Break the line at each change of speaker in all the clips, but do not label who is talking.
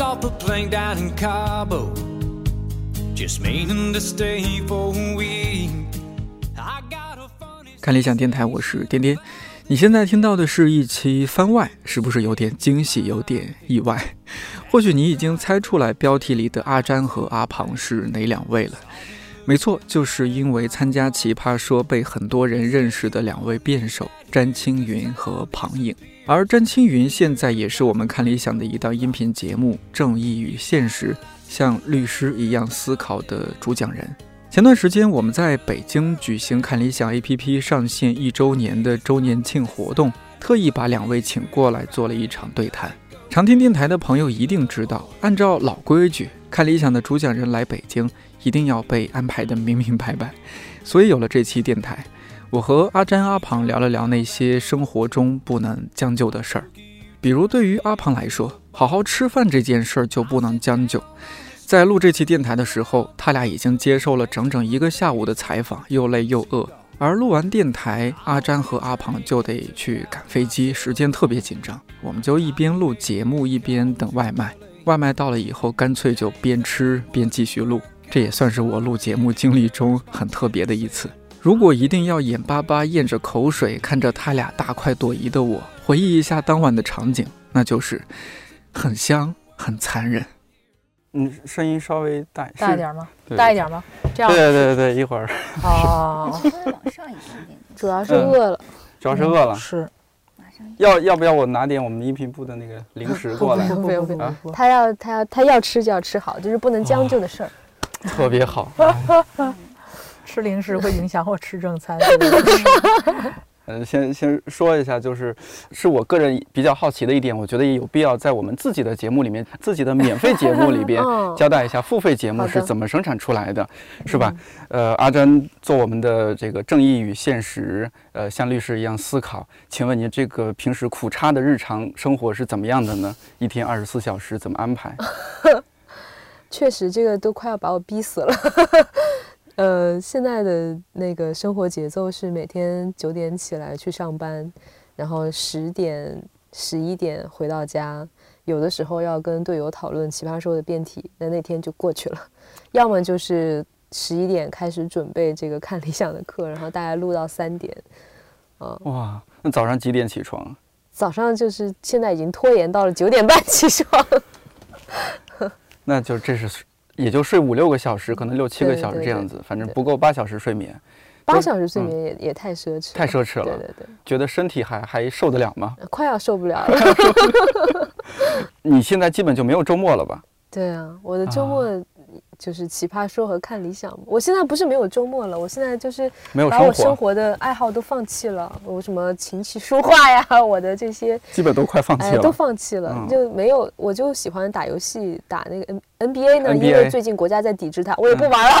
up a plane down in Cabo. Just meaning to stay for a week. I got a funny.
看理想电台，我是颠颠。你现在听到的是一期番外，是不是有点惊喜，有点意外？ 或许你已经猜出来标题里的阿詹和阿庞是哪两位了。没错，就是因为参加《奇葩说》被很多人认识的两位辩手詹青云和庞颖，而詹青云现在也是我们看理想的一档音频节目《正义与现实》，像律师一样思考的主讲人。前段时间，我们在北京举行看理想 APP 上线一周年的周年庆活动，特意把两位请过来做了一场对谈。常听电台的朋友一定知道，按照老规矩，看理想的主讲人来北京一定要被安排的明明白白。所以有了这期电台，我和阿詹、阿庞聊了聊那些生活中不能将就的事儿，比如对于阿庞来说，好好吃饭这件事儿就不能将就。在录这期电台的时候，他俩已经接受了整整一个下午的采访，又累又饿。而录完电台，阿詹和阿庞就得去赶飞机，时间特别紧张。我们就一边录节目一边等外卖，外卖到了以后，干脆就边吃边继续录。这也算是我录节目经历中很特别的一次。如果一定要眼巴巴咽着口水看着他俩大快朵颐的我，回忆一下当晚的场景，那就是很香，很残忍。
你声音稍微大，是
大一。点吗？
对
大一点吗？这样
对对对对，一会儿
哦，
稍微往上一点点，
主要是饿了，
主要是饿了，
是
马上一点。
要要不要我拿点我们音频部的那个零食过 来？
不不不不
啊
不，
他要他要他要吃就要吃好，就是不能
哦
将就的事儿。
特别好。
吃零食会影响我吃正 餐。对不对
嗯，先先说一下，就是是我个人比较好奇的一点，我觉得也有必要在我们自己的节目里面，自己的免费节目里边
嗯
交代一下付费节目
好
是
的嗯
怎么生产出来的，是吧？呃，阿詹做我们的这个正义与现实，呃，像律师一样思考。请问您这个平时苦差的日常生活是怎么样的呢？一天二十四小时怎么安 排？
确实，这个都快要把我逼死了。 呃，现在的那个生活节奏是每天九点起来去上班，然后十点、十一点回到家，有的时候要跟队友讨论《奇葩说》的辩题，那那天就过去了；要么就是十一点开始准备这个看理想的课，然后大概录到三点。
哇，那早上几点起床？
早上就是现在已经拖延到了九点半起床，
那就这是，也就睡五六个小时，可能六七个
对
小时
对
这样
对
子，反正
对
不够八小时睡眠，
八小时睡
嗯
眠也、也太奢侈了，
太奢侈
对
了。
对对。
觉得身体还还受得了吗？
快要受不了了。
你现在基本就没有周末了吧？
对啊，我的周末就是《奇葩说》和看理想。我现在不是没有周末了，我现在就是
没有
把我生活的爱好都放弃了，我什么琴棋书画呀，我的这些
基本都快放弃
哎
了。
都放弃了，
嗯
就没有。我就喜欢打游戏，打那个 N NBA 呢
NBA
因为最近国家在抵制它，我也不玩了。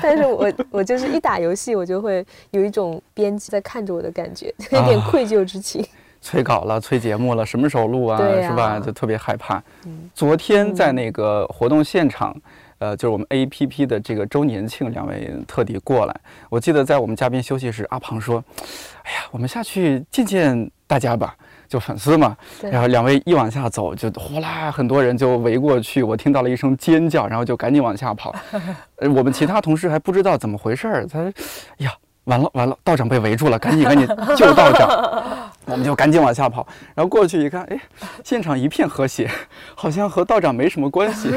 但是我我就是一打游戏，我就会有一种编辑在看着我的感觉，有一点
啊
愧疚之情。
催稿了，催节目了，什么时候录啊？
对呀
是吧？就特别害怕。
嗯
昨天在那个活动现场，呃，就是我们 A P P 的这个周年庆，两位特地过来。我记得在我们嘉宾休息室，阿庞说：“哎呀，我们下去见见大家吧。”就粉丝嘛，
对
然后两位一往下走，就哗啦，很多人就围过去，我听到了一声尖叫，然后就赶紧往下 跑。呃我们其他同事还不知道怎么回事儿，他，哎呀，完了完了，道长被围住了，赶紧赶 紧救道长，我们就赶紧往下跑。然后过去一看，哎，现场一片和谐，好像和道长没什么关 系。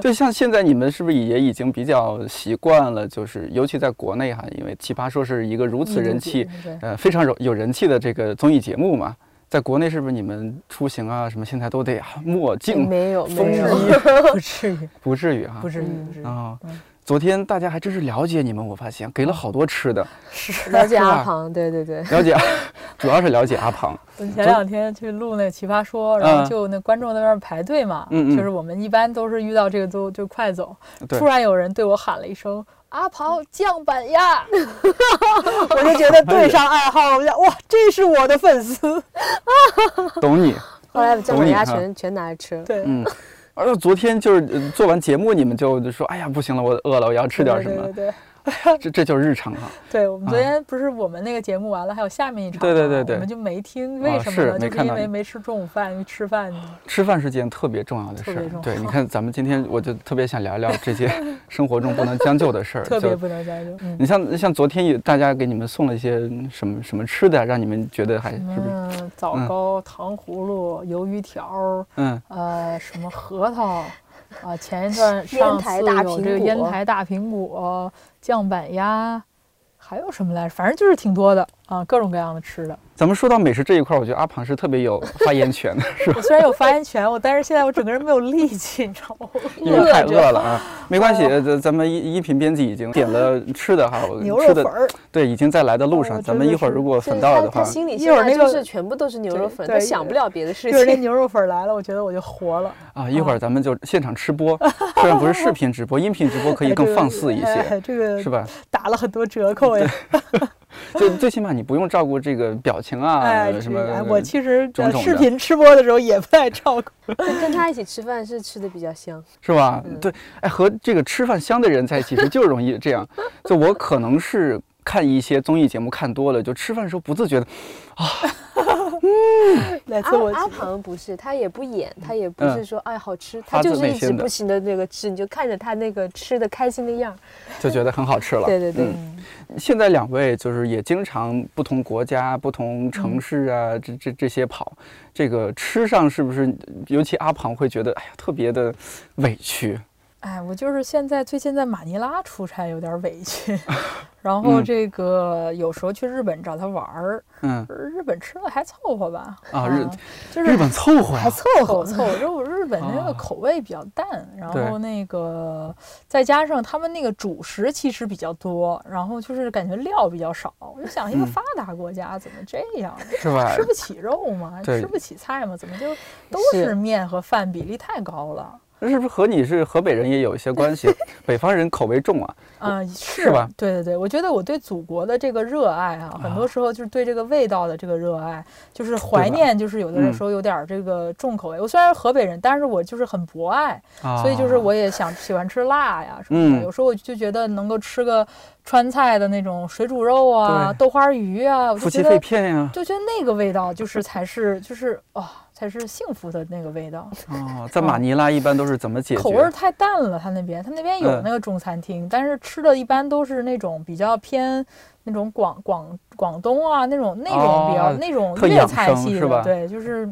就像现在你们是不是也已经比较习惯了？就是尤其在国内哈，因为《奇葩说》是一个如此人气，
对
呃，非常有有人气的这个综艺节目嘛。在国内是不是你们出行啊什么现在都得啊墨镜、
没有
风
没
衣
有，？
不至于，
不至于哈、
不至于，
嗯
不至于。
啊、
嗯
昨天大家还真是了解你们，我发现给了好多吃的，
了解
是
阿
吧
庞，对对对。
了解，啊主要是了解阿庞。
我前两天去录那《奇葩说》，然后
嗯
就那观众在那儿排队嘛，
嗯嗯
就是我们一般都是遇到这个都就快走，
对
突，然有人对我喊了一 声。阿庞酱板鸭，我就觉得对上暗号，我想哇，这是我的粉丝。
懂你。
后来姜
懂
母
你
鸭
哈
全全拿来吃了。
对，
嗯，而且昨天就是呃做完节目，你们就就说，哎呀，不行了，我饿了，我要吃点什么。
对对对对，
这这就是日常哈、
对我们昨
啊
天不是我们那个节目完了，还有下面一场吗，
对对对对
我们就没听，
啊
为什么
是
呢？
没
就是
看
因
到
为
你
没吃中午饭，因为吃饭
吃饭是件特别重要的事
特别
儿。
重
对，
要
你看咱们今天我就特别想聊聊这些 生活中不能将就的事儿。
特别
就
不能加入。嗯
你像像昨天也大家给你们送了一些什么什么吃的啊，让你们觉得还是不是？
嗯，枣
嗯
糕、糖葫芦、鱿鱼条儿，
嗯，
呃，什么核桃，啊，前一段上
烟台
次
大
有这个
苹
烟
果
台大苹果、酱板鸭，还有什么来着？反正就是挺多的啊，各种各样的吃的。
咱们说到美食这一块儿，我觉得阿庞是特别有发言权的，是吧？
我虽然有发言权，我但是现在我整个人没有力气，你知 道吗？
因为太饿了啊， 没关系，咱咱们一一品编辑已经点了吃的哈，我
牛
吃
肉
的
粉儿，
对，已经在来的路
哦
上，
真
咱们
的
一会儿
是
如果
就
粉
是
到
他
了的
他
话，
心里
一
现
会儿
在
那个
就是全部都是牛
对
肉粉，
对
他想不了别的事
就是那
情。
牛肉粉儿来了，我觉得我就活了。
啊，一会儿咱们就现场吃播，虽然不是视频直播，音频直播可以
哎
更
这个
放肆一些，
哎这个
是吧？
打了很多折扣哎呀。
最最起码你不用照顾这个表情 啊
哎，，
什么
哎，我其实
种
呃
种
视
的
频吃播的时候也不太照顾。
跟他一起吃饭是吃的比较香，
是吧
嗯？
对，哎，和这个吃饭香的人在一起时就容易这样。就我可能是看一些综艺节目看多了，就吃饭的时候不自觉的，
哪次我
啊阿阿庞不是，他也不演，他也不
嗯
是说哎好吃，
发
他就
自
是
内
一直
心的
不停的那个吃，你就看着他那个吃的开心的样儿。
就觉得很好吃了。
对对对
嗯现在两位就是也经常不同国家、不同城市啊，这这这些跑，这个吃上是不是？尤其阿庞会觉得，哎呀，特别的委屈。
哎，我就是现在最近在马尼拉出差有点委 屈，然后
嗯
这个有时候去日本找他玩儿，
嗯
日本吃的还凑合吧，
啊，日
就是
日本凑合呀、
还 凑合凑合，肉日本那个
啊
口味比较淡，然
对
后那个再加上他们那个主食其实比较多，然后就是感觉料比较少，我就想一个
嗯
发达国家怎么这样？啊
是吧
吃？不起肉吗？
哎对
吃不起菜吗？怎么就都
是
是面和饭比例太高了？
那是不是和你是河北人也有一些关系？北方人口味重啊，
啊、是
吧
对对对，我觉得我对祖国的这个热爱啊，很多时候就是对这个味道的这个热爱，就是怀
对吧
念，就是有的
嗯
时候有点儿这个重口味。我虽然是河北人，但是我就是很博爱，所以就是
啊
我也想喜欢吃辣呀什么的。
嗯
有时候我就觉得能够吃个川菜的那种水煮肉啊、
对
豆花鱼啊，我
夫
就
妻
觉
肺
得
片呀、
就觉得那个味道就是才是就是哦才是幸福的那个味道。
哦，在马尼拉一般都是怎么解决？
口味儿太淡了，他那边他那边有
嗯
那个中餐厅，但是吃的一般都是那种比较偏那种广广广东啊那种那种比较、
哦
那种
特
粤
养
菜
生
系
是
的，
吧
对，就是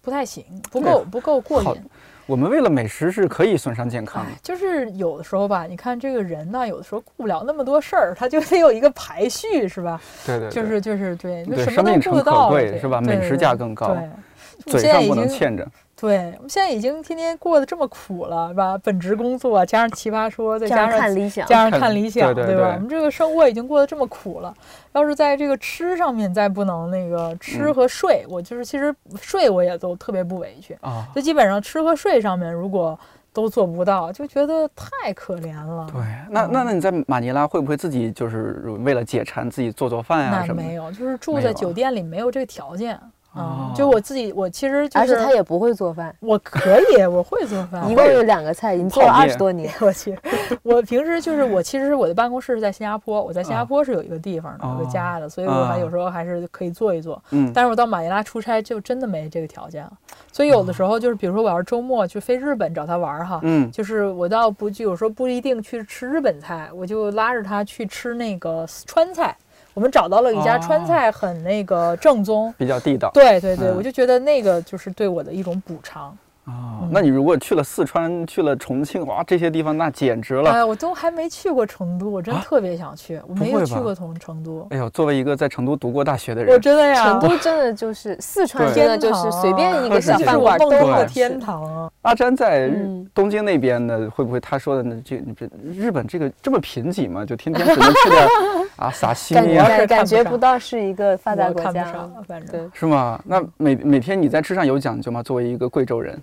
不太行，不
对
够不够过
好
瘾。
我们为了美食是可以损伤健康的
哎，就是有的时候吧，你看这个人呢，有的时候顾不了那么多事儿，他就得有一个排序，是吧？
对对对，
就是就是对，就
对
什么
生
都
命
顾
诚
得
可
到了，
贵
对
是吧？
对
美
对
食价更高，
对，我
嘴
现在
上
已
不能
经
欠着。
对，我们现在已经天天过得这么苦了，是吧？本职工作加上奇葩说，再
这
加
样
上
看理想，
加上
看
看理想，
对对
吧？
对
我们这个生活已经过得这么苦了，要是在这个吃上面再不能那个吃
嗯
和睡，我就是其实睡我也都特别不委屈，
啊、
就基本上吃和睡上面如果都做不到，就觉得太可怜了。
对，那那那你在马尼拉会不会自己就是为了解馋自己做做饭呀、
那
什么
没
的？
有，就是住
没
在
有啊
酒店里没有这个条件啊、
哦
就我自己，我其实就
而且
是
他也不会做饭，
我可以，我会做饭，
一共有两个菜，已经做了二十多 年。
我去，我平时就是我，其实是我的办公室是在新加坡，我在新加坡是有一个地方的，有个
啊哦
家的，所以我还
啊
有时候还是可以坐一坐。
嗯，
但是我到马尼拉出差就真的没这个条件了，所以有的时候就是，比如说我要是周末去飞日本找他玩儿哈，
哦嗯
就是我倒不就有时候不一定去吃日本菜，我就拉着他去吃那个川菜。我们找到了一家川
哦
菜很那个正宗，
比较地道。
对对对，
嗯
我就觉得那个就是对我的一种补偿。嗯
哦，那你如果去了四川、去了重庆，哇，这些地方那简直了。
哎呀，我都还没去过成都，我真
啊
特别想去，我没
不
有
会
去
吧哎
过成成都，
哎呦，作为一个在成都读过大学的
我
人，
真的呀
成，都啊真的就是四川，
对
真的就是随便一个
这啊
小
是
饭
我
馆
梦
都
中
好
的
吃
天。堂啊！
阿詹在日
嗯
东京那边呢，会不会他说的呢？这这日本这个这么贫瘠吗？就天天只能吃点 啊撒西
感
米啊，
感感觉
看不上
不到是一个发达
我
国
看不
家，
上，反正
对
是吗？那每每天你在吃上有讲究吗？作为一个贵州人，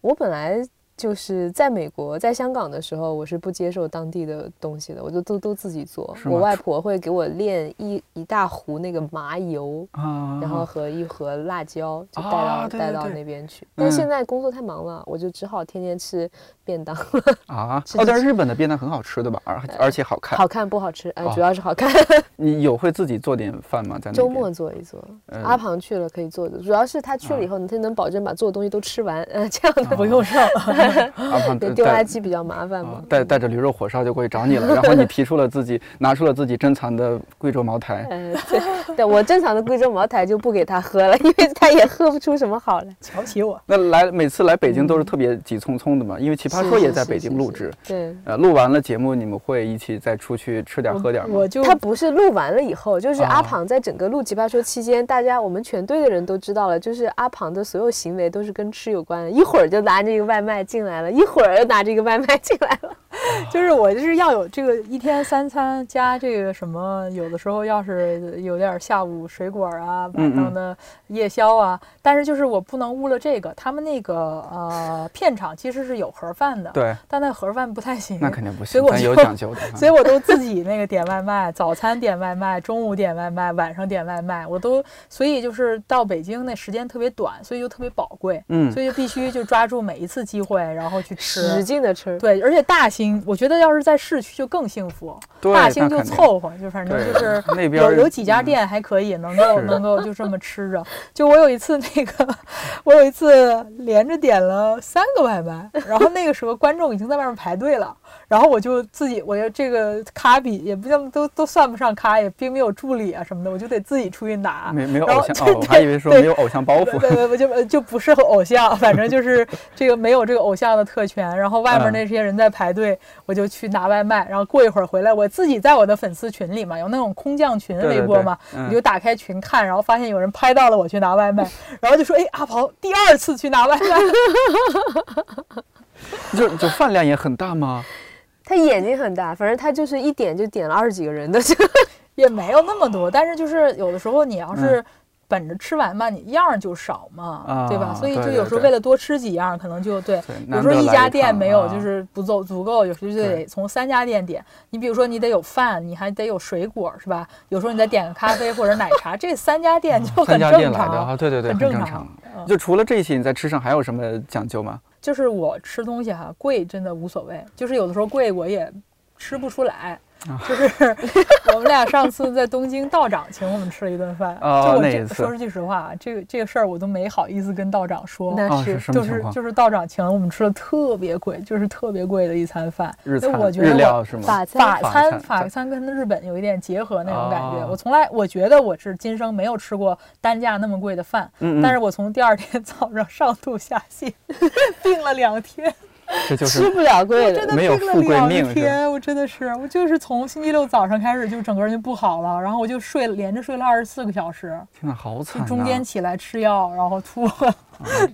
我本来就是在美国，在香港的时候，我是不接受当地的东西的，我就都都自己做。
是吗
我外婆会给我炼一一大壶那个麻油，
啊，
然后和一盒辣椒，就带到、
啊对对
带到
对
那边去。
嗯
但现在工作太忙了，我就只好天天吃便 当，
啊，
吃
哦，但是日本的便当很好吃的吧，而
呃
而且好看。
好看不好吃，哎、
哦
主要是好看。
你有会自己做点饭吗？在那
周
边
末做一做，
嗯
阿庞去了可以做的，主要是他去了以后，他能保证把做的东西都吃完， 嗯、这样
哦
的
不 用 上，
阿胖
对
啊带
丢垃圾比较麻烦嘛
啊。带带着驴肉火烧就过去找你 了，然后你提出了自己拿出了自己珍藏的贵州茅 台，
嗯
呃，对， 对我正常的贵州茅台就不给他喝了，因为他也喝不出什么好来。
瞧不起我。
那来每次来北京都是特别急匆匆的嘛，因为《奇葩
是
说》也
是
在
是
北
是
京录
是
制，
对，
呃，录完了节目你们会一起再出去吃点儿喝点儿吗？
哦我就
他不是录完了以后，就是
啊
阿庞在整个录《奇葩说》期间，大家我们全队的人都知道了，就是阿庞的所有行为都是跟吃有关的，一会儿就拿着一个外卖进来了，一会儿又拿着一个外卖进来了，
就是我就是要有这个一天三餐加这个什么，有的时候要是有点下午水果啊，
嗯
晚上的夜宵啊，但是就是我不能误了这个，他们那个呃片场其实是有盒饭的，，
对，
但那盒饭不太行，
那肯定不
嗯所
行
以，我
咱有
就
讲究的啊。
所以我都自己那个点外卖，早餐点外卖，中午点外卖，晚上点外卖，我都所以就是到北京那时间特别短，所以就特别宝贵，
嗯
所，以就必须就抓住每一次机会，然后去
使
吃。
劲的吃。
对，而且大兴，我觉得要是在市区就更幸福，
对，
大
那
兴就
肯定
凑合，就反正
对
就是
那边
有
儿
有几家
嗯
店还可以，能够
是
能够就这么吃着。就我有一次那个，我有一次连着点了三个外卖，然后那个时候观众已经在外面排队了，然后我就自己，我就这个卡比也不叫都都算不上卡，也并没有助理啊什么的，我就得自己出去拿。
没没有
然
偶
后
像
对
哦，我还以为说没
对
有偶像包
对
袱，
对，我就呃就不是偶像，反正就是这个没有这个偶像的特权。然后外
嗯
面那些人在排队，我就去拿外卖，然后过一会儿回来，我自己在我的粉丝群里嘛，有那种空降群
对
微
对
博
对
嘛，
嗯
我就打开群看，然后发现有人拍到了我去拿外卖，然后就说：“哎，阿鹏第二次去拿外 卖，
就就饭量也很大吗？
他眼睛很大，反正他就是一点就点了二十几个人的，
也没有那么多，但是就是有的时候你要是。”本着吃完嘛，你样儿就少嘛，
嗯啊
对吧？所以
对
就
对
有时候
对
为了多吃几样，可能就对
对，
有
难
时候
得
一
来
家
一
店
趟
没有，
啊
就是不够足够，有时候就
对
得从三家店点。你比如说，你得有饭，你还得有水果，是吧？有时候你再点个咖啡或者奶茶，这三家店就
嗯三
很
家店
正
来的啊，
常。
对对对，很
很正
正
常嗯
常。就除了这些，你在吃上还有什么讲究吗？
就是我吃东西哈，贵真的无所谓，就是有的时候贵我也吃不出来。
啊
就是 我们俩上次在东京，道长请我们吃了一顿饭，
哦
就我
那
这
一次
说句实话啊，这个这个事儿我都没好意思跟道长说。
那
啊，
是
是什
就
么情
呃是
况？
就是道长请了我们吃了特别贵，就是特别贵的一餐饭。
日
那
餐
我觉得
日
我
料是吗？
法
法
餐
餐
法
对
餐跟日本有一点结合那种感觉。
哦
我从来我觉得我是今生没有吃过单价那么贵的饭，
嗯嗯
但是我从第二天 早上上吐下泻，病了 两天，
这就
吃
是
不了贵
真
的。
的
没有
病了
富贵
两
命是
天，我真的是我就是从星期六早上开始就整个人就不好了，然后我就睡了连着睡了二十四个小时，
天呐，好
就
惨啊
中间
呐！
起来吃药，然 后吐了，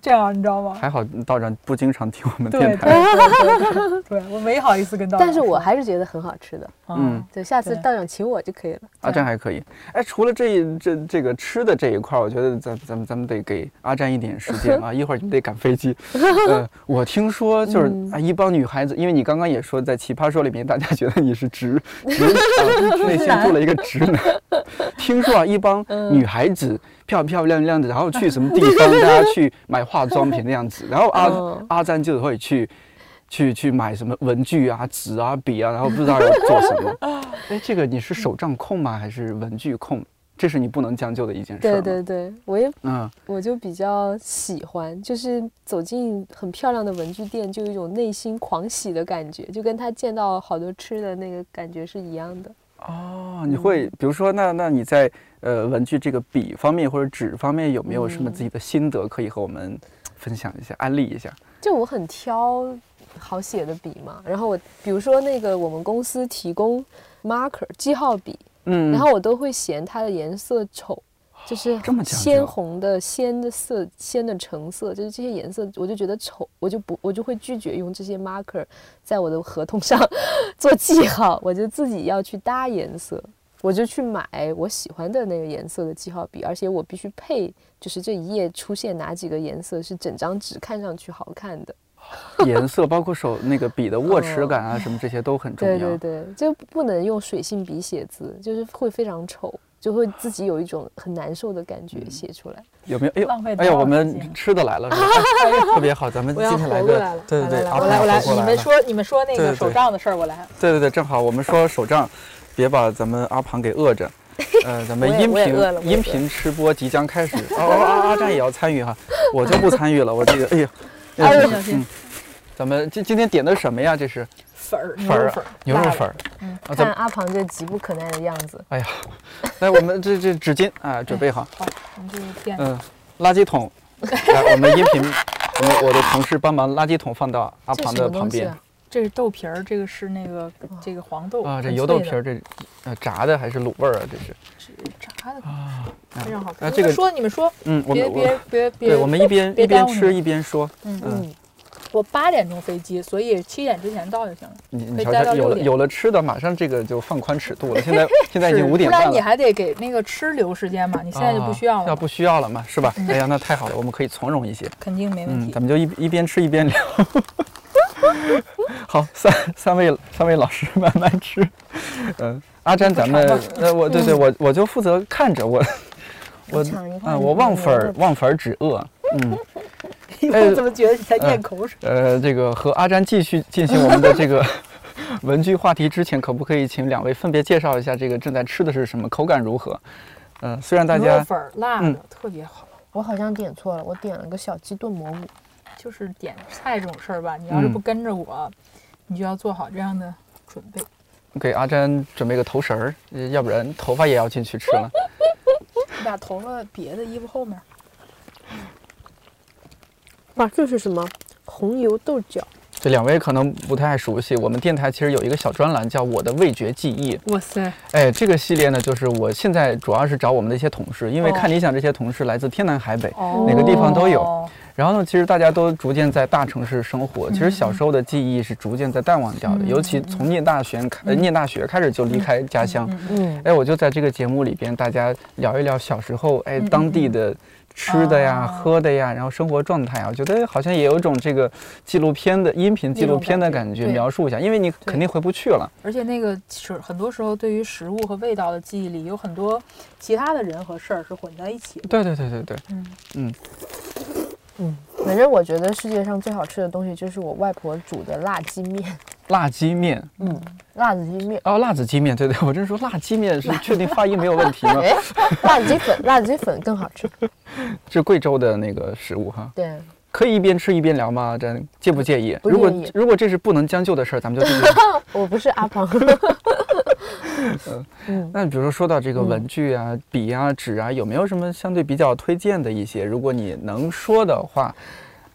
这样你知道吗？
嗯还好道长不经常听我们
对
电
对
台，
对对对，对我没好意思跟道长
但
说，
是我还是觉得很好吃的，
嗯
嗯。
对，下次
对
道长请我就可以了。
阿
对
占还可以。哎，除了这一这这个吃的这一块儿，我觉得咱咱们咱们得给阿占一点时间啊，一会儿你得赶飞机。呃，我听说就是
嗯
啊，一帮女孩子，因为你刚刚也说在《奇葩说》里面，大家觉得你是直直男，内心做了一个直男。听说啊，一帮女孩子漂漂亮亮的，然后去什么地方，大家去买化妆品那样子，然后阿、
嗯
阿占就会去。去去买什么文具啊、纸啊、笔啊，然后不知道要做什么。 哎，这个你是手账控吗？还是文具控？这是你不能将就的一件事儿
对
吗。
对对，我也
嗯，
我就比较喜欢，就是走进很漂亮的文具店，就有一种内心狂喜的感觉，就跟他见到好多吃的那个感觉是一样的。
哦，你会，
嗯
比如说，那那你在呃文具这个笔方面或者纸方面有没有什么
嗯
自己的心得可以和我们分享一下、安利一下？
就我很挑好写的笔嘛，然后我比如说那个我们公司提供 marker 记号笔，
嗯，
然后我都会嫌它的颜色丑，就是
这么讲究
鲜红的、鲜的色、鲜的橙色，就是这些颜色，我就觉得丑，我就不，我就会拒绝用这些 marker 在我的合同上 做记号，我就自己要去搭颜色。我就去买我喜欢的那个颜色的记号笔，而且我必须配，就是这一页出现哪几个颜色是整张纸看上去好看的。
颜色，包括手那个笔的握持感啊，什么这些都很重
哦对
要。
对对，就不能用水性笔写字，就是会非常丑，就会自己有一种很难受的感觉写出来。
有没有？哎呦
浪费，
哎
多
呦，
少
我
时间
们吃的来 了，是吧哎呀特别好，咱们
我要
今天来
活过
个
来了，
对对对，
来来
阿
我
布
来，
拉
我来，
活过
你
了
们说，你们说
对
那
对
个
对
手账的事儿，我来。
对对对，正好我们说手账，别把咱们阿庞给饿 着。呃，咱们
我也
音
我也饿了
频
我也饿
音频吃播即将开始，哦哦，阿阿战也要参与哈，我就不参与了，我这个，哎呀，哎
哎
呀
呦小心
嗯，咱们今今天点的什么呀？这是
粉儿，
粉儿
牛
啊
粉儿，，
牛肉
辣
粉儿，啊，咱
嗯看
们
阿庞这急不可耐的样子，
哎呀，来，我们这这纸巾
嗯
啊，准备好，
我们就是垫
嗯，垃圾 桶，来，我们音频，我们我的同事帮忙垃圾桶放到阿
这
庞
是什
的
么
旁
东西
边
啊？
这是豆皮儿，这个是那个这个黄豆
啊，这
很
油豆
脆
皮
的
儿，这呃炸的还是卤味儿啊？这是，
是炸的非常好
啊
看。
这
你
个
们说，你们说，
嗯，我
别
们我
别别别，
对，我们一边
别
一边
耽误
吃
你
一边说。
嗯
嗯，
我八点钟飞机，所以七点之前到就行了。
你
可
你
以
瞧
待
瞧，
到
有
六
了
点
有了吃的，马上这个就放宽尺度了。现 在现在已经
是
五点
不然
半
你
了，啊
还得给那个吃留时间嘛，你现在就不需要
要
了嘛，
不需要了嘛，是吧？哎呀，那太好了，我们可以从容一些。
肯定 没问
嗯，
题
咱。们就一一边吃一边聊。 好，三三位三位老师慢慢吃。嗯，阿詹，咱们呃，我 对对，我我就负责看着我我
抢一块
啊，
你
我
的
忘
牛
粉儿
肉
忘粉儿止饿。嗯。哎
我怎么觉得你在咽口水？
呃，这个和阿詹继续进行我们的这个文具话题之前，可不可以请两位分别介绍一下这个正在吃的是什么，口感如何？呃，虽然大
牛
家嗯
肉粉儿辣的特别好，
我好像点错了，我点了个小鸡炖蘑菇。
就是点菜这种事儿吧，你要
嗯
是不跟着我，你就要做好这样的准备。
给阿詹准备个头绳儿，呃要不然头发也要进去吃了。
你把头发别的衣服后面，
哇，这啊是什么？红油豆角，
这两位可能不太熟悉，我们电台其实有一个小专栏叫《我的味觉记忆》，
哇塞，
哎，这个系列呢，就是我现在主要是找我们的一些同事，因为
哦
看理想这些同事来自天南海北，
哦
哪个地方都有然后呢，其实大家都逐渐在大城市生活，其实小时候的记忆是逐渐在淡忘掉的，尤其从念大学开、呃念大学开始就离开家乡。
嗯，
哎，我就在这个节目里边，大家聊一聊小时候，哎，当地的吃的呀、
啊
喝的呀，然后生活状态啊，我觉得好像也有一种这个纪录片的音频纪录片的感觉，
对
描述一下，因为你肯定回不去了。
而且那个是很多时候对于食物和味道的记忆里，有很多其他的人和事儿是混在一起的。
对对对对对，
嗯
嗯，
反正我觉得世界上最好吃的东西就是我外婆煮的辣鸡面，
辣鸡面
辣子鸡面，
哦，辣子鸡面，对对，我真说辣鸡面是确定发音没有问题吗？
哎，辣子鸡粉，辣子鸡粉更好吃。
这贵州的那个食物哈。
对，
可以一边吃一边聊吗？这介不介意？
不
如果
介意
如果这是不能将就的事儿，咱们就继 续。
我不是阿庞，
那比如说说到这个
嗯
文具啊、笔啊、纸啊，有没有什么相对比较推荐的一些？如果你能说的话，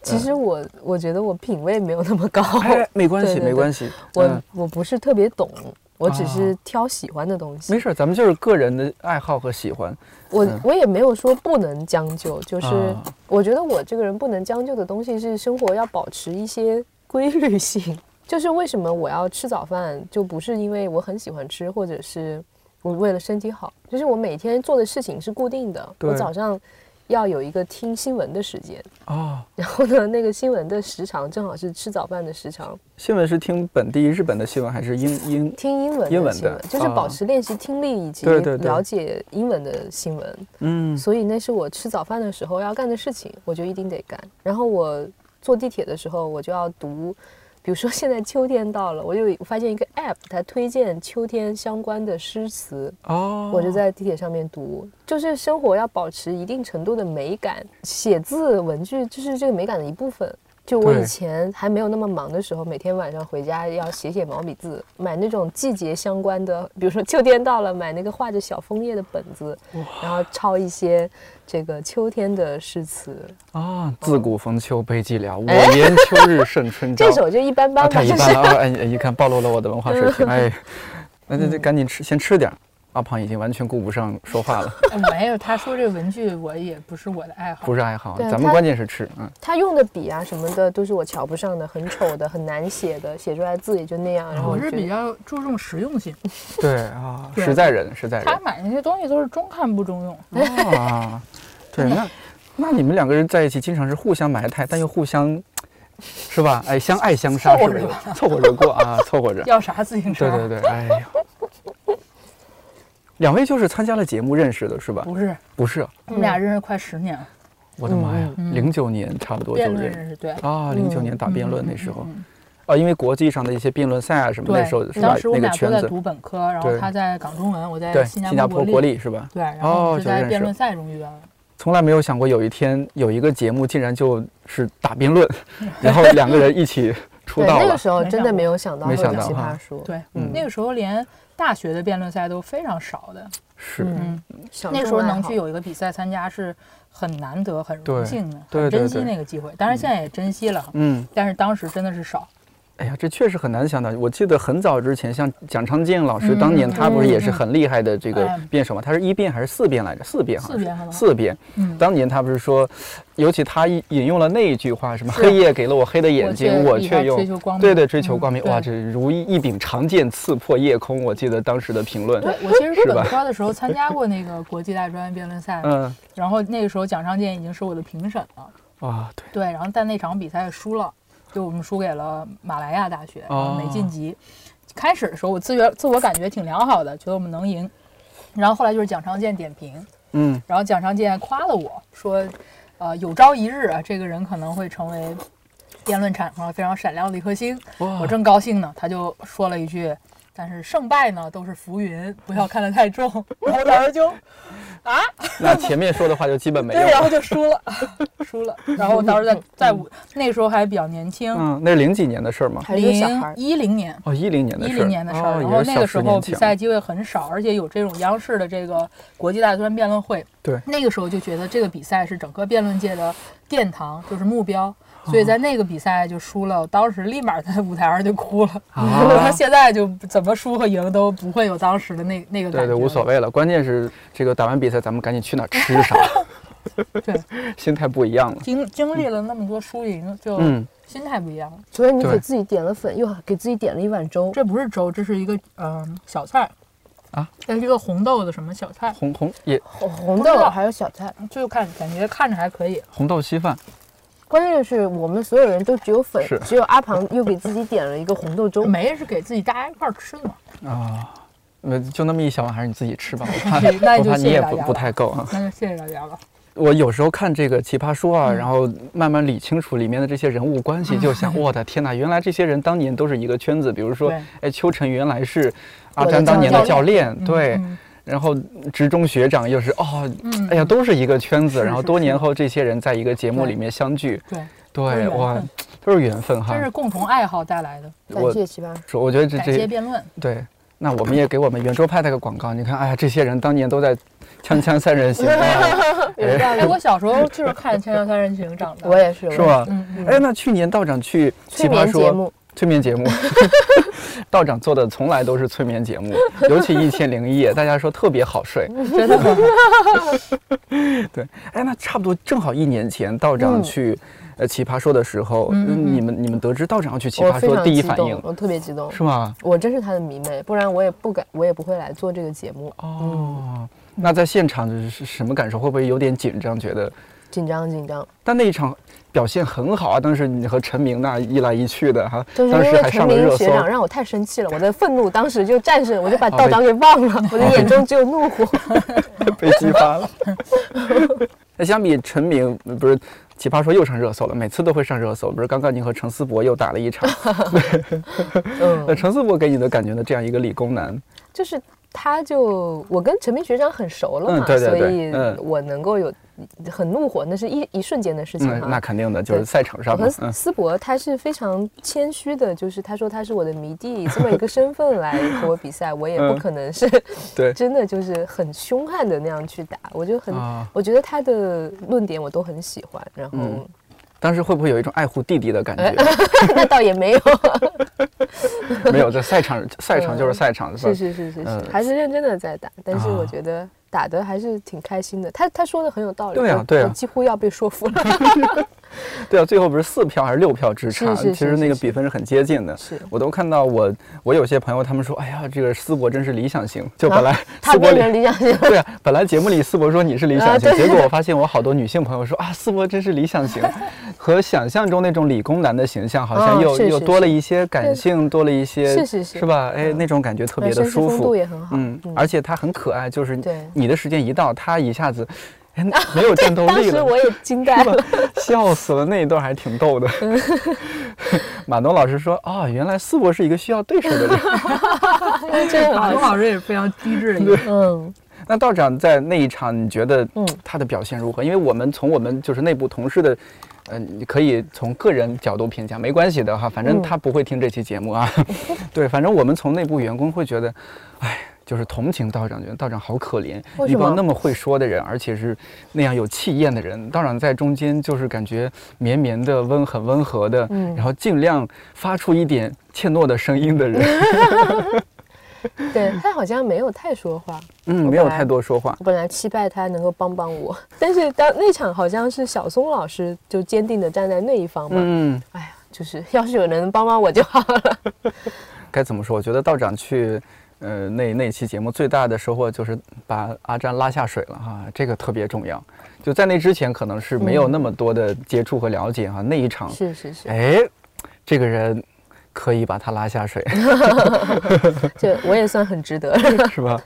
其实我我觉得我品味没有那么高，
哎，没关系，
哦对对对
没关系，
我
嗯
我不是特别懂，我只是
啊
挑喜欢的东西
没。事儿，咱们就是个人的爱好和喜欢。
我
嗯
我也没有说不能将就，就是
啊
我觉得我这个人不能将就的东西是生活要保持一些规律性。 就是为什么我要吃早饭，就不是因为我很喜欢吃，或者是我为了身体好，就是我每天做的事情是固定的。
对
我早上要有一个听新闻的时间，
哦，
然后呢，那个新闻的时长正好是吃早饭的时长，
新闻是听本地日本的新闻还是英英？
听英文
英
的
文
新
的
闻，就是
啊
保持练习听力以及
对对对
了解英文的新闻。
嗯，
所以那是我吃早饭的时候要干的事情，我就一定得干。然后我坐地铁的时候，我就要读，比如说现在秋天到了，我就发现一个 app，它推荐秋天相关的诗词，
哦，
我就在地铁上面读。就是生活要保持一定程度的美感，写字文具就是这个美感的一部分。就我
对
以前还没有那么忙的时候，每天晚上回家要写写毛笔字，买那种季节相关的，比如说秋天到了，买那个画着小枫叶的本子，然后抄一些这个秋天的诗词。
啊，自古逢秋悲寂寥，我言秋日胜春朝。
哎 这首就一般般
啊，
吧，
太一
就
般
是
了啊！哎，一看暴露了我的文化水平，哎，那那那赶紧吃，先吃点儿。阿胖已经完全顾不上说话了，
没有，他说这文具我也不是我的爱好，
不是爱好，
对
咱们
他
关键是吃，嗯，
他用的笔啊什么的都是我瞧不上的，很丑的，很难写的，写出来字也就那样。然
哦
后
我
觉
是
得
哦比较注重实用性。
哎对啊，
对
实在人，实在
他
人
买那些东西都是中看不中用，
啊，对，那那你们两个人在一起经常是互相埋汰，但又互相是吧？哎，相爱相杀
凑
是
合
为
着
了凑合着过啊，凑合着。
要啥自行车？
对对对，哎呀，两位就是参加了节目认识的是吧？
不是，
不是，啊
我们俩认识快十年了，
我的妈呀，零九年差不多就
辩论
认识
认识，对，
啊，零九年打
嗯
辩论
嗯
那
嗯
时候
嗯嗯
啊，因为国际上的一些辩论赛啊什么那时候
对，
是吧
当时？我
那
们
个
俩
圈
都在
子
读本科，然后
对
他在港中文，我在
对
新
加坡
国
国，立是吧？
对，然后我
哦
们是
就
在
认
辩
识
论赛中遇到的。
从来没有想过有一天有一个节目竟然就是打辩 论，然后两个人一起出
对，
道
那个
了。
时候
没
真
想
的
过
没有想到会
没
有
想到
奇葩
哈
说，
对，
嗯
那个时候连大学的辩论赛都非常少的，
是，
嗯
嗯，
小
那个
众
时候
爱
能
好
去有一个比赛参加是很难得、很荣
对
幸的，
对
很珍
对
惜
对
那个机会。当然现在也珍惜了，
嗯，
但是当时真的是少。
哎呀，这确实很难想到。我记得很早之前，像蒋昌建老师，
嗯
当年他不是也是
嗯
很厉害的这个
嗯
辩手嘛？他是一辩还是四辩来着？四辩好像
四辩可
是
能
四辩。
嗯，
当年他不是说，尤其他引引用了那一句话，什么“
是
黑夜给了我黑的眼睛，我
以
却
后追
用
求光”，明。
对对，追求光明。
嗯
哇，
对
这如一柄长剑刺破夜空。我记得当时的评论，
对，我其实
是
读
吧
本科的时候 参加过那个国际大专辩论赛，
嗯，
然后那个时候蒋尚健已经是我的评审了，
啊，对，
对，然后但那场比赛输了，就我们输给了马来亚大学，然后没
哦
晋级。开始的时候我自觉自我感觉挺良好的，觉得我们能赢，然后后来就是蒋尚健点评，
嗯，
然后蒋尚健夸了我说，呃，有朝一日啊，这个人可能会成为辩论场上非常闪亮的一颗星。
哇
我正高兴呢，他就说了一句：“但是胜败呢都是浮云，不要看得太重。” 然后当时就啊，
那前面说的话就基本没
对，
用
然后
了。
就输了，输了。然后我当时在在我那时候还比较年轻，
嗯，那是零几年的事儿吗？
还是个小孩
零
儿，
一零年。
哦，一零年的
一
事儿。
零年的事儿，
哦
然
也
后
是
那
小
个时
十
候
年
比
前
赛机会很少，而且有这种央视的这个国际大专辩论会，
对
那个时候就觉得这个比赛是整个辩论界的殿堂，就是目标，所
哦
以在那个比赛就输了，我当时立马在舞台上就哭了。
啊
我说现在就怎么输和赢都不会有当时的那那个感
对对，
觉，。
无所。谓了。关键是这个打完比赛，咱们赶紧去哪儿吃啥
对，
心态不一样了。
经经历了那么多输赢，就
嗯，
心态不一样了。
昨天你
对
给自己点了粉，又给自己点了一碗粥，
这不是粥，这是一个嗯、小菜
啊，
这是一个红豆的什么小菜，
红红也
红哦红
不知道
豆还有小菜。
就看感觉看着还可以。
红豆稀饭，
关键是我们所有人都只有粉
是，
只有阿庞又给自己点了一个红豆
哦
粥。
梅是给自己大家一块儿吃的嘛，
呃，就那么一小碗，还是你自己吃吧。 我怕，
对那
我
就
怕
谢
你
谢
也
大
不
家
不
了
太够啊。
那就谢谢大家了。
我有时候看这个《奇葩说》
嗯
啊，然后慢慢理清楚里面的这些人物关系，就 想，我的天哪，原来这些人当年都是一个圈子。比如说
对，
哎，秋晨原来是阿
我的
詹当
教
年的
练
教练，对。
嗯
然后职中学长又是哦，
嗯
哎呀，都是一个圈子。
是
然后
是
多
是
年后，这些人在一个节目
对
里面相聚，
对，都是
对，
缘
哇
分，
都是缘分哈
这。是共同爱好带来的。
感
我
谢奇葩说，
说，我觉得这
感谢
这
辩论，
对。那我们也给我们圆桌派那个广告，你看，哎呀，这些人当年都在《锵锵三人行》 啊，哎，
哎，我小时候就是看《锵锵三人行》长大。
我也是，
是
我也
吧？
嗯，嗯，
哎，那去年道长去奇
催
葩
眠节
说
目，
催眠节目， 道长做的从来都是催眠节 目，尤其《一千零一夜》，大家说特别好睡。
嗯
真的 很好。
哎，那差不多正好一年前道长
嗯
去呃奇葩说的时候，
嗯嗯
你们你们得知道长要去奇
我
葩
非
说，
常
第一
激
反
动
应，
我特别激动，
是吗？
我真是他的迷妹，不然我也不敢，我也不会来做这个节目，
哦，那在现场是什么感受？会不会有点紧张？觉得？
紧张紧张。
但那一场表现很好啊，当时你和陈明那一来一去的哈，
就是因
当时
为
还
陈
上了
明
热
学
搜。
长让我太生气了，我的愤怒当时就战胜，我就把
好被
道
啊
长给忘了，我的眼中只有怒火。
被激发了。 那相比陈明，呃不是《奇葩说》又上热搜了，每次都会上热搜。不是刚刚你和陈思博又打了一 场，那
嗯，
陈思博给你的感觉呢？这样一个理工男，
就是他就我跟陈明学长很熟了
嗯
嘛，
对对对
所
嗯
以我能够有很怒火，那是一一瞬间的事情
嗯
哈、，
那肯定的，就是
对
赛场
我
上嘛
和，
嗯
思博他是非常谦虚的，就是他说他是我的迷弟这么一个身份来和我比赛，我也不
嗯
可能是
对
真的就是很凶悍的那样去打，我就很
啊。
我觉得他的论点我都很喜欢，然后
嗯当时会不会有一种爱护弟弟的感觉？
那倒也没有，
没有，在赛场，赛场就是赛场，是吧？
嗯是是是是是
嗯，
还是认真的在打，但是
啊
我觉得打的还是挺开心的。他他说的很有道理，
对啊
我
对啊
我几乎要被说服了。
对啊，最后不是四票还是六票之差，
是是是
其实那个比分是很接近的。
是
我都看到我我有些朋友他们说，哎呀，这个思博真是理想型，就本来、
他
思博
变
里
成理想型了，
对啊，本来节目里思博说你是理
啊
想型，
对
结果我发现我好多女性朋友说啊，思博真是理想型，和想象中那种理工男的形象好像
哦
又、
是
又
是
多了
是
一些感
对
性，多了一些
是是是嗯
吧？哎，那种感觉特别的
绅士
舒
风
服
度，也很好。
嗯，而且他很可爱，就是
对
你的时间一到，他一下 子。哎，没有战斗
当
力
时
了，
我也嗯惊呆了，
笑死了，那一段还挺逗的。 马东老师说：“哦，原来思博是一个需要对手的人。
真啊的很
马
好
东啊老师也是非常机智的一个人，
嗯，”
那道长在那一场，你觉得
嗯
他的表现如何？因为我们从我们就是内部同事的，呃，你可以从个人角度评价，没关系的哈，
嗯
反正他不会听这期节目啊。 对，反正我们从内部员工会觉得，哎。就是同情道长，觉得道长好可怜，
为
一
什么
帮那么会说的人，而且是那样有气焰的人，道长在中间就是感觉绵绵的、温很温和的，
嗯
然后尽量发出一点怯懦的声音的 人，
对他好像没有太说话。
嗯，
我
没有
本来
太多说话，
我本来期待他能够帮帮我， 但是当那场好像是小松老师就坚定的站在那一方嘛。
嗯，
哎呀，就是要是有人能帮帮我就好了。
该怎么说？我觉得道长去，呃，那那期节目最大的收获就是把阿詹拉下水了哈、这个特别重要。就在那之前，可能是没有那么多的接触和了解哈、那一场，
嗯是是是，
哎，这个人可以把他拉下水，
这我也算很值得。
是吧？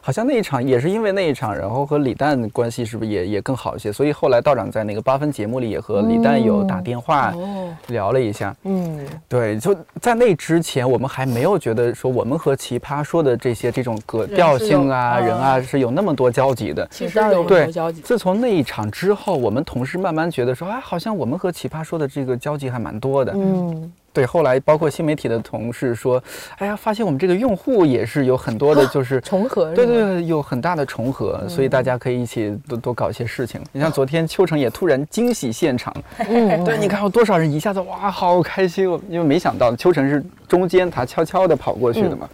好像那一场也是因为那一场，然后和李诞关系是不是也也更好一些？所以后来道长在那个八分节目里也和李诞有
嗯
打电话
哦
聊了一下。
嗯，
对，就在那之前，我们还没有觉得说我们和奇葩说的这些这种格调性啊、人啊是有那么多交集的。
其实有很
对
嗯多交集，。
自从那一场之后，我们同事慢慢觉得说，哎，好像我们和奇葩说的这个交集还蛮多的。
嗯，
对，后来包括新媒体的同事说，哎呀，发现我们这个用户也是有很 多的，就是
重合是
对对
吗，
对，有很大的重合，
嗯
所以大家可以一起多多搞一些事情。你像昨天邱成也突然惊喜现场，
嗯，
对，你看有多少人一下子哇，好开心哦！因为没想到邱晨是中间他悄悄地跑过去
嗯
的嘛。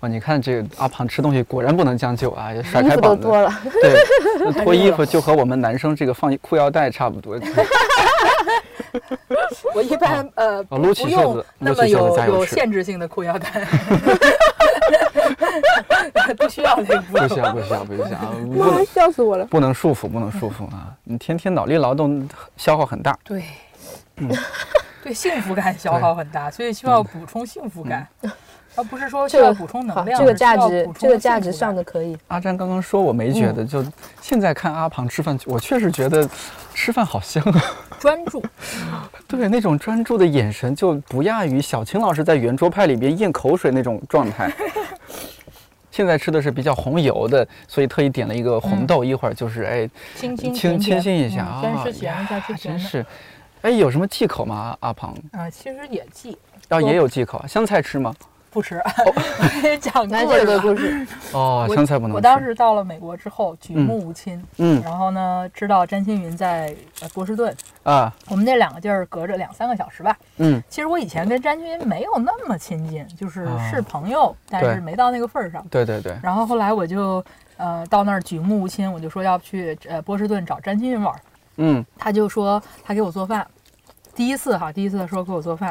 哇，你看这个阿胖吃东西果然不能将就啊，也甩
衣
开
服都
膀子。
脱了，
对，那 脱衣服就和我们男生这个放裤腰带差不多。
我一般呃
哦撸起
不
袖
用
子
那
撸
么
起袖子
有
加油
有
吃
限制性的裤腰带， 不需要那个不
不
用
需要，不需要，不需要，不能
笑死我了。
不能束缚，不能束缚啊！你天天脑力劳动消耗很大。
对，
嗯
对幸福感消耗很大，所以需要补充幸
嗯
福感，而不是说需
这
要
个
补充
好，
能量，
这个
而是需要
价值
补，充
这个价值
幸福
上
感
的可以。
阿詹刚刚说我没
嗯
觉得，就现在看阿胖吃饭，我确实觉得吃饭好香啊。
专注，
对，那种专注的眼神就不亚于小青老师在圆桌派里边咽口水那种状 态。现在吃的是比较红油的，所以特意点了一个红
嗯
豆，一会儿就是哎
清清
清
甜
清
甜
新一下
嗯
啊，
先吃甜的
呀
再吃
真
甜的，
是。哎，有什么忌口吗？阿阿庞
啊，其实也忌
啊，
我
也有忌口，香菜吃吗？
不吃， 讲
那
故
这
事
个
吧。
故事，
哦，
我
香菜不能吃。
我当时到了美国之后，举
嗯
目无亲，
嗯
然后呢，知道詹青云在呃波士顿，
啊
我们那两个地儿隔着两三个小时吧。
嗯
其实我以前跟詹青云没有那么亲近，就是
啊
是朋友，但
对
是没到那个份儿上。
对对对，
然后后来我就呃到那儿举目无亲，我就说要不去呃波士顿找詹青云玩儿，
嗯
他就说他给我做饭，第一次哈，第一次说给我做饭，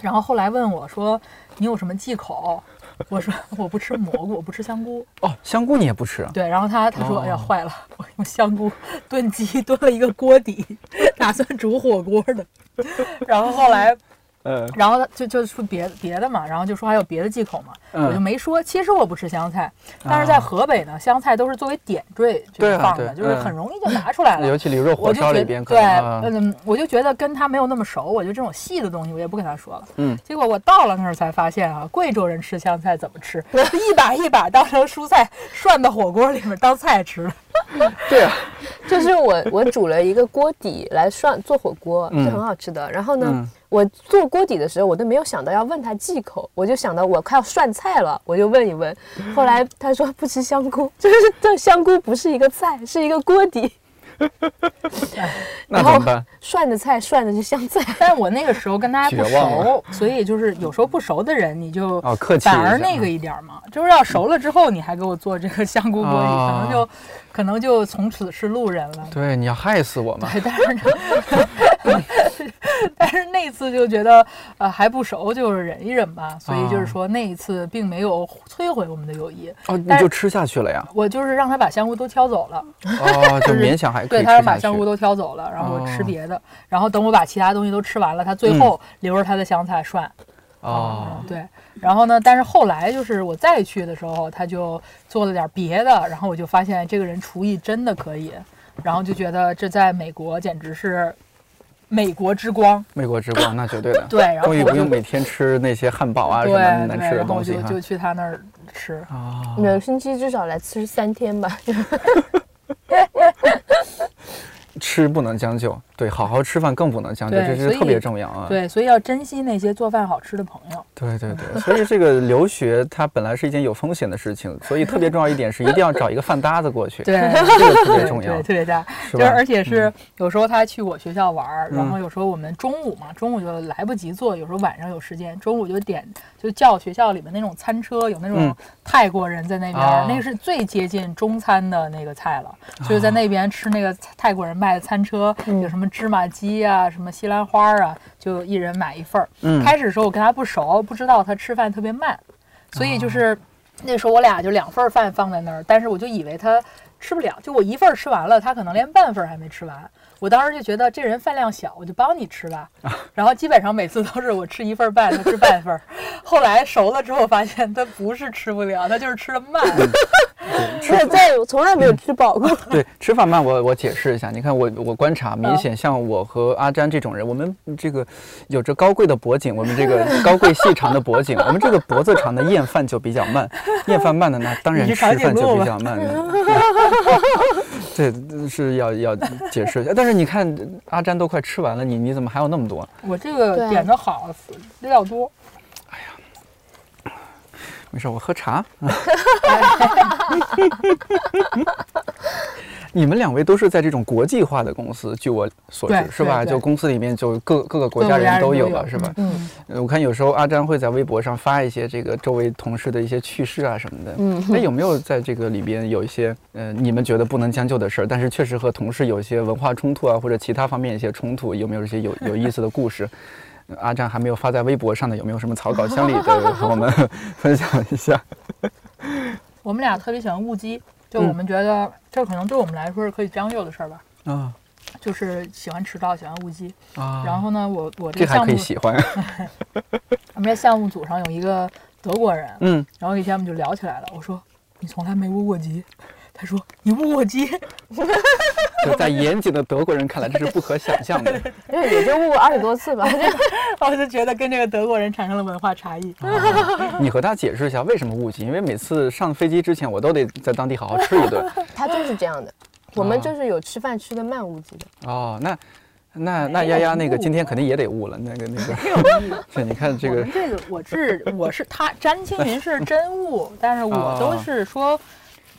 然后后来问我说你有什么忌口？我说我不吃蘑菇，我不吃香菇。
哦，香菇你也不吃啊？
对，然后他他说
哦
哎呀坏了，我用香菇炖鸡炖了一个锅底， 打算煮火锅的。 然后后来
呃
然后他就就说别别的嘛，然后就说还有别的忌口嘛，
嗯
我就没说。其实我不吃香菜，但是在河北呢，香菜都是作为点缀就
对
是
啊
放的，
对
就是
嗯
很容易就拿出来了。
尤其驴肉
我
火
就
烧
觉
里
得
边可
对
能啊，
嗯，我就觉得跟他没有那么熟，我觉得这种细的东西我也不跟他说了。
嗯，
结果我到了那儿才发现啊，贵州人吃香菜怎么吃，一把一把当成蔬菜涮到火锅里面当菜吃了。
对啊，
就是我我煮了一个锅底来涮做火锅，是很好吃的。然后呢
嗯，
我做锅底的时候，我都没有想到要问他忌口，我就想到我快要涮菜了，我就问一问。后来他说不吃香菇， 就是这香菇不是一个菜，是一个锅 底。
那
然后
怎么办？
涮的菜涮的是香菜，
但我那个时候跟大家不
绝望
熟，所以就是有时候不熟的人，你就
哦客气
反
一
而
下
那个一点儿嘛，就是要熟了之后，你还给我做这个香菇锅底，可
啊
能就可能就从此是路人了。
对，你要害死我嘛！
对，但是呢， 但是那次就觉得呃还不熟，就是忍一忍吧。所
啊
以就是说那一次并没有摧毁我们的友谊，
哦，你
但
就吃下去了 呀？
我就是让他把香菇都挑走了，
哦，就勉强还可以
对
吃
他
下
让
去。
把香菇都挑走了，然后我
哦
吃
嗯
别的，然后等我把其他东西都吃完了，他最后留着他的香菜涮。
哦，
对，然后呢？但是后来就是我再去的时候，他就做了点别的，然后我就发现这个人厨艺真的可以，然后就觉得这在美国简直是美国之光。
美国之 光那绝对的。
对，然后
终于
我
不
就
用每天吃那些汉堡啊什
对
么
对，
难吃的
然后
东
我
西
就
哈
就。去他那儿吃。
啊，
每个星期至少来吃三天 吧。
吃不能将就，对，好好吃饭更不能将就，
对
这
所
是
以
特别重要啊。
对，所以要珍惜那些做饭好吃的朋友。
对对对， 所以这个留学它本来是一件有风险的事情，所以特别重要一点是一定要找一个饭搭子过去，
对，
这个特别
对
重要
对，，特别大。
是
就是
吧？
而且是有时候他去我学校玩儿，然
嗯
后有时候我们中午嘛，中午就来不及做，有时候晚上有时间，中午就点就叫学校里面那种餐车，有那种
嗯
泰国人在那边
啊
儿，那个是最接近中餐的那个菜了，就是在那边吃那个泰国人卖的餐车，
嗯
有什么芝麻鸡啊，什么西兰花啊，就一人买一份儿。
嗯
开始的时候我跟他不熟，不知道他吃饭特别慢，所以就是那时候我俩就两份儿饭放在那儿，但是我就以为他吃不了，就我一份儿吃完了，他可能连半份儿还没吃完。我当时就觉得这人饭量小，我就帮你吃 吧。然后基本上每次都是我吃一份儿半，他吃半份儿。后来熟了之后发现他不是吃不了，他就是吃的 慢。
我也再也从来没有吃饱过。
对，吃饭慢，我我解释一下。你看我我观察，明显像我和阿詹这种人，我们这个有着高贵的脖颈，我们这个高贵细长的脖颈，我们这个脖子长的咽饭就比较慢，咽饭慢的那当然
你
吃
是长
饭
颈
就
鹿
比
吧
较慢。对，是要要解释一下。但是你看阿詹都快吃完了，你你怎么还有那么多？
我这个
对
点的好，料多。
没事，我喝茶。 你们两位都是在这种国际化的公司，据我所知
对，
是吧？
对对
就公司里面就各各个国家人都有了，是吧？
嗯
呃我看有时候阿詹会在微博上发一些这个周围同事的一些趣事啊什么的。
嗯
那有没有在这个里边有一些呃你们觉得不能将就的事儿，但是确实和同事有一些文化冲突啊，或者其他方面一些冲突，有没有一些有有意思的故事？呃阿詹还没有发在微博上的，有没有什么草稿箱里的和我们分享一下？
我们俩特别喜欢误鸡，就我们觉得这可能对我们来说是可以将就的事儿吧，
啊
就是喜欢迟到，喜欢误鸡。
啊
然后呢，我我这
这
个
还
项
可以
目，
喜欢，
我们这项目组上有一个德国人，
嗯，
然后那天我们就聊起来了。我说你从来没误过鸡， 他说你误过鸡，
就在严谨的德国人看来，这是不可想象的。
因为也 就问过二十多次吧，
我就觉得跟这个德国人产生了文化差异。
嗯 你和他解释一下为什么误解，因为每次上飞机之前，我都得在当地好好吃一顿。
他就是这样的。我们就是有吃饭吃的慢无忌的，
哦，那那那
没
丫
有
丫那个
误
今天肯定也得误了，那个那个， 对，你看这
我
个
们这个我是我是他詹青云是真误，但是
哦
我都是说比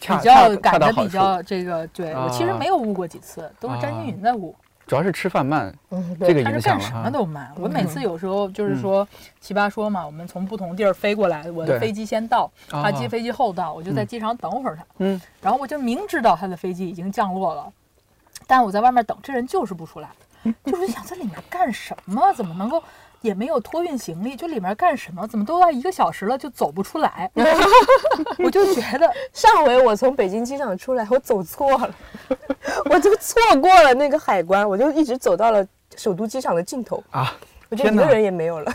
恰
较
恰恰
赶
到
的
好
比
处，
较这个，对我其实
啊
没有误过几次，都是詹青云在误。
主要是吃饭慢，
嗯，
这个
他
影
是
响
干
了啊
什
哈
么都慢。我
嗯
每次有时候就是说奇葩说嘛，我们从不同地儿飞过来，我
对
的飞机先到，他
啊
机飞机后到，我就在机场等会儿他。
嗯，
然后我就明知道他的飞机已经降落了，但我在外面等，这人就是 不出来，就是想在里面干什么？怎么能够？也没有托运行李，就里面干什么？怎么都要一个小时了，就走不出 来？ 我就觉得
上回我从北京机场出来，我走错 了，我就错过了那个海关，我就一直走到了首都机场的尽头，
啊。
我就
天
一
哪
个人也没有了。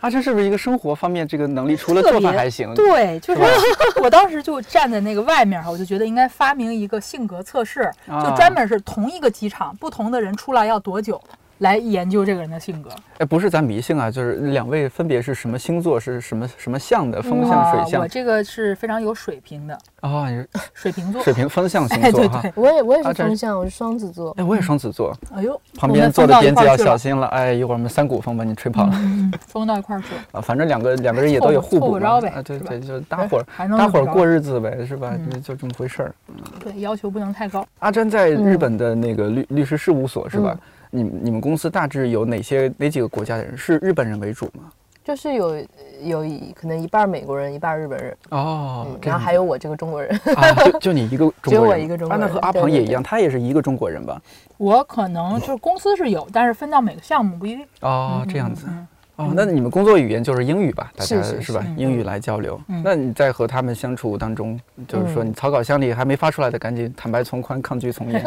阿珍是不是一个生活方面这个能力，除了
特
做饭
别
还行？
对，就是
嗯
是
吧
我当时就站在那个外面哈，我就觉得应该发明一个性格测试，
啊
就专门是同一个机场不同的人出来要多久。来研究这个人的性格，
哎，不是咱迷信啊，就是两位分别是什么星座，是什么什么象的，风象、
啊
水象
我这个是非常有水平的
啊，你是
水瓶座。
水瓶风 象星
哎，
座
对
哈。
对，
我也我也
啊
是
这
风象，我是双子座，
哎，我也双子座，
哎呦，
旁
我
边
们
坐
疯
的
到一
编辑
块儿
要
去
小
了，
心了。哎，一会儿我们三股风把你吹跑了
嗯，疯到一块儿去了。
啊！反正两个两个人也
凑
都有
合
互
凑
补
合
嘛
着呗
啊，对
是吧
对，就搭伙儿
还能
搭
怎
伙儿
么着
过日子呗，是吧？
嗯
就就这么回事儿。
对，要求不能太高。
阿珍
嗯
在日本的那个律律师事务所是吧？你你们公司大致有哪些哪几个国家的人？是日本人为主吗？
就是有有一可能一半儿美国人，一半儿日本人，
哦
嗯，，
这
然后
样
还有我这个中国人，
啊，就就你一个中国人，
只有我一个中国
啊那
人
和阿
对
庞
对
也一
对
样，他也是一个中国人吧？
我可能就是公司是有，但是分到每个项目不一定。
哦，这样子。
嗯
哦，那你们工作语言就是英语吧？大家
是是
吧？英语来交流。
嗯
那你在和他们相处当中，就是
嗯
说你草稿箱里还没发出来的，赶紧坦白从宽，抗拒从严。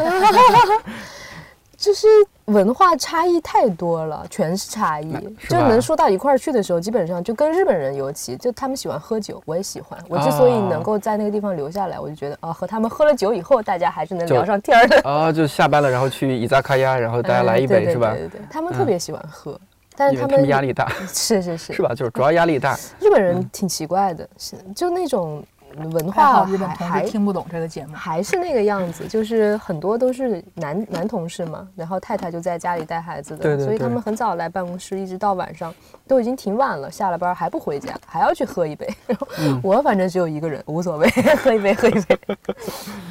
就是文化差异太多了，全是差异，
哎是
就
吧
能说到一块儿去的时候，基本上就跟日本人尤其，就他们喜欢喝酒，我也喜欢。我之所以能够在那个地方留下来，我就觉得啊，和他们喝了酒以后，大家还是能
就
聊上天儿的。
啊，就下班了，然后去伊扎卡亚，然后大家来一
嗯对
杯
对
是吧
对？对对，他们特别喜欢喝，但
因
是
为
他
他
们
们压力大，
是是是
是？吧？嗯就是主要压力大。
日本人挺奇怪的，是就那种文
还
化
好日本
还
同事
哦还
听不懂这个节目。
还是那个样子，就是很多都是男男同事嘛，然后太太就在家里带孩子的，
对对
所以
对
他们很早来办公室，一直到晚上都已经挺晚了，下了班还不回家，还要去喝一杯。 然后
嗯
我反正只有一个人，无所谓，喝一杯喝一杯。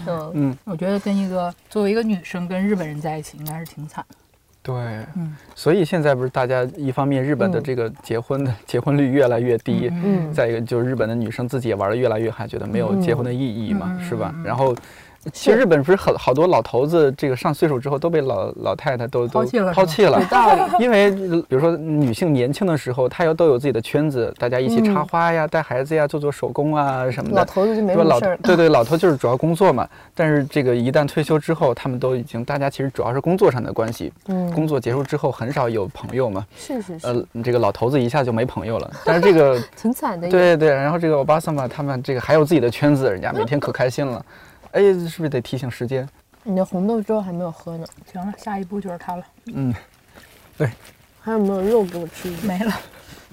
嗯，
我觉得跟一个作为一个女生跟日本人在一起，应该是挺惨的。
对，
嗯
所以现在不是大家一方面日本的
嗯
这个结婚的、 结婚率越来越低，
嗯
再一个就是日本的女生自己也玩的越来越嗨，觉得没有结婚的意义嘛，
嗯
是吧
嗯嗯？
然后。其实日本不是很好多老头子，这个上岁数之后都被老老太太都都
抛弃了是吧
抛弃了
有，道理。
因为比如说女性年轻的时候，她要都有自己的圈子，大家一起插花
嗯
呀、带孩子呀、做做手工啊什么的。
老头子就没
对
什
吧？
么
老
事儿
头
了。
对对，老头就是主要工作嘛。但是这个一旦退休之后，他们都已经大家其实主要是工作上的关系，
嗯，
工作结束之后很少有朋友嘛。
是是是，
呃，这个老头子一下就没朋友了。 但是这 个
挺
哎
惨的。
对，对对，然后这个欧巴桑嘛，他们这个还有自己的圈子，人家每天可开心了。哎，是不是得提醒时间？
你的红豆粥还没有喝呢，
行了，下一步就是他了，
嗯，
还有没有肉给我吃？
没了。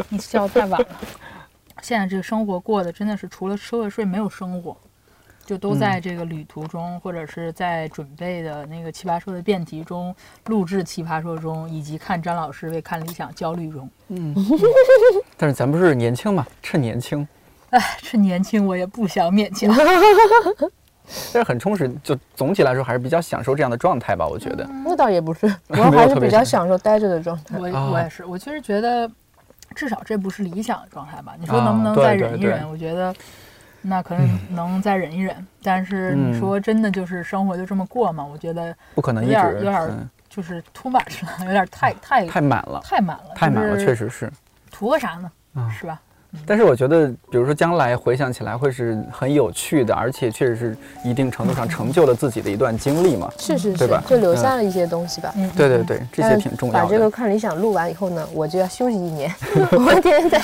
你笑得太晚了。现在这个生活过得真的是除了收了税没有生活，就都
嗯
在这个旅途中，或者是在准备的那个奇葩说的辩题中、录制奇葩说中，以及看张老师为看理想焦虑中。
但是咱不是年轻嘛，趁年轻，
唉，是年轻我也不想勉强。
哦但是很充实，就总体来说还是比较享受这样的状态吧，我觉得。
嗯
那倒也不 是，我
没有
还
特
是
别
比较
想
享受待着的状态。
我、
啊
我也是，我其实觉得，至少这不是理想的状态吧？你说
啊
能不能
对
再
对
忍一
对
忍？我觉得那可能能再忍一忍，但是你
嗯
说真的就是生活就这么过嘛？我觉得
不可能一
有点儿
直
有点儿
嗯
就是突满了， 有点太太
啊太满了，
太满了，
太满了，
就是
确实是。
图个啥呢？
啊
是吧？
但是我觉得，比如说将来回想起来会是很有趣的，而且确实是一定程度上成就了自己的一段经历嘛。
是是
对
是
吧，
就留下了一些东西吧。
嗯，
对对
嗯，
对，这
但
些
是
挺重
把
要
这个
的。
看理想录完以后呢，我就要休息 一年，我天天在。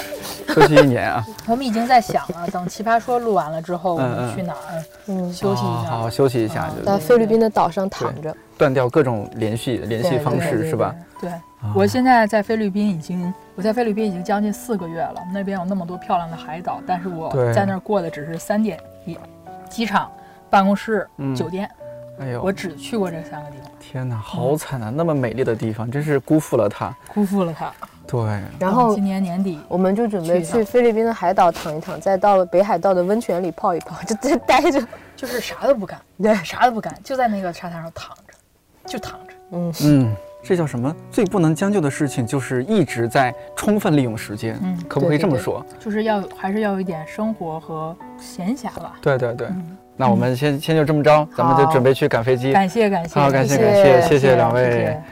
休息一年 啊，
我们已经在想了，等《奇葩说》录完了之后，我
嗯
们
嗯
去哪儿
嗯，
休息一
好
下？
好休息一下，就
在嗯菲律宾的岛上躺着，
断掉各种联系联系
对
方
对
式
对
是吧？
对，我现在在菲律宾已经，我在菲律宾已经将近四个月了，那边有那么多漂亮的海岛，但是我
对
在那儿过的只是三点一，机场、办公室、
嗯
酒店，
哎呦，
我只去过这三个地方，
天
嗯
哪，好惨啊！那么美丽的地方，真是辜负了嗯它。
辜负了它。
对，
然后
今年年底，
我们就准备
嗯去一
去菲律宾的海岛躺一躺，再到了北海道的温泉里泡一泡，就就待着。
就是啥都不干，
对
啥都不干，就在那个沙滩上躺着，就躺着。
嗯，这叫什么？最不能将就的事情就是一直在充分利用时间，
嗯
可不可以
对对
这么
对
说？
就是要还是要有一点生活和闲暇吧。
对对对，那我们先先就这么着，咱们就
嗯好
准备去赶飞机。
感谢感谢，
好，感谢
谢
感谢，谢
谢
谢两
谢
位
谢。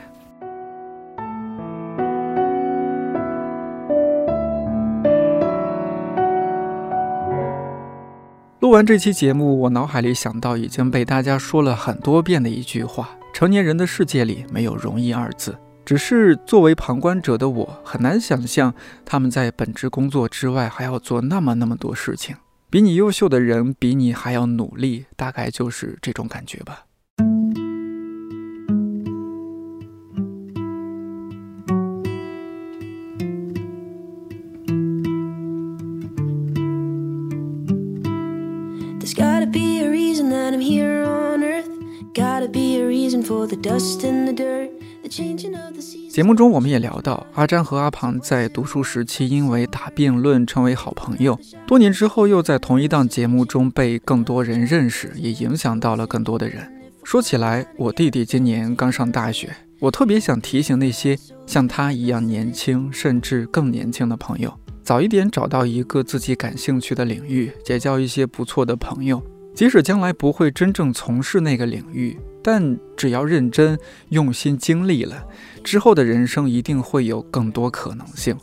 录完这期节目，我脑海里想到已经被大家说了很多遍的一句话：成年人的世界里没有容易二字。只是作为旁观者的我，很难想象他们在本职工作之外还要做那么那么多事情。比你优秀的人，比你还要努力，大概就是这种感觉吧。
There's gotta be a reason that I'm here on earth. Gotta be a reason for the dust and the dirt, the changing of the seasons.
节目中我们也聊到，阿詹和阿庞在读书时期因为打辩论成为好朋友，多年之后又在同一档节目中被更多人认识，也影响到了更多的人。说起来，我弟弟今年刚上大学，我特别想提醒那些像他一样年轻，甚至更年轻的朋友，
早一点找到一个自己感兴趣的领域，结交一些不错的朋友。即使将来不会真正从事那个领域，但只要认真用心经历了，之后的人生一定会有更多可能性。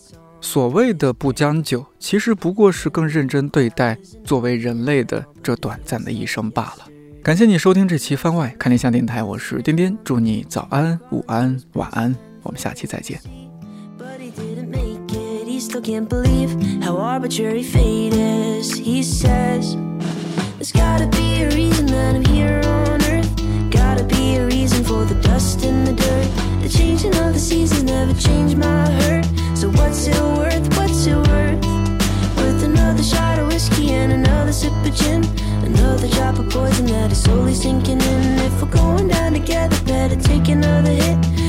所谓的不将就，其实不过是更认真对待作为人类的这短暂的一生罢了。感谢你收听这期番外看理想电台，我是颠颠，祝你早安、午安、晚安，我们下期再见。
But he didn't make it. He still can't believe how arbitrary fate is. He says, There's gotta be a reason that I'm here on earth. Gotta be a reason for the dust and the dirt. The changing of the seasons never changed my hurt. So what's it worth? What's it worth? Worth another shot of whiskey and another sip of gin. Another drop of poison that is slowly sinking in. If we're going down together, better take another hit.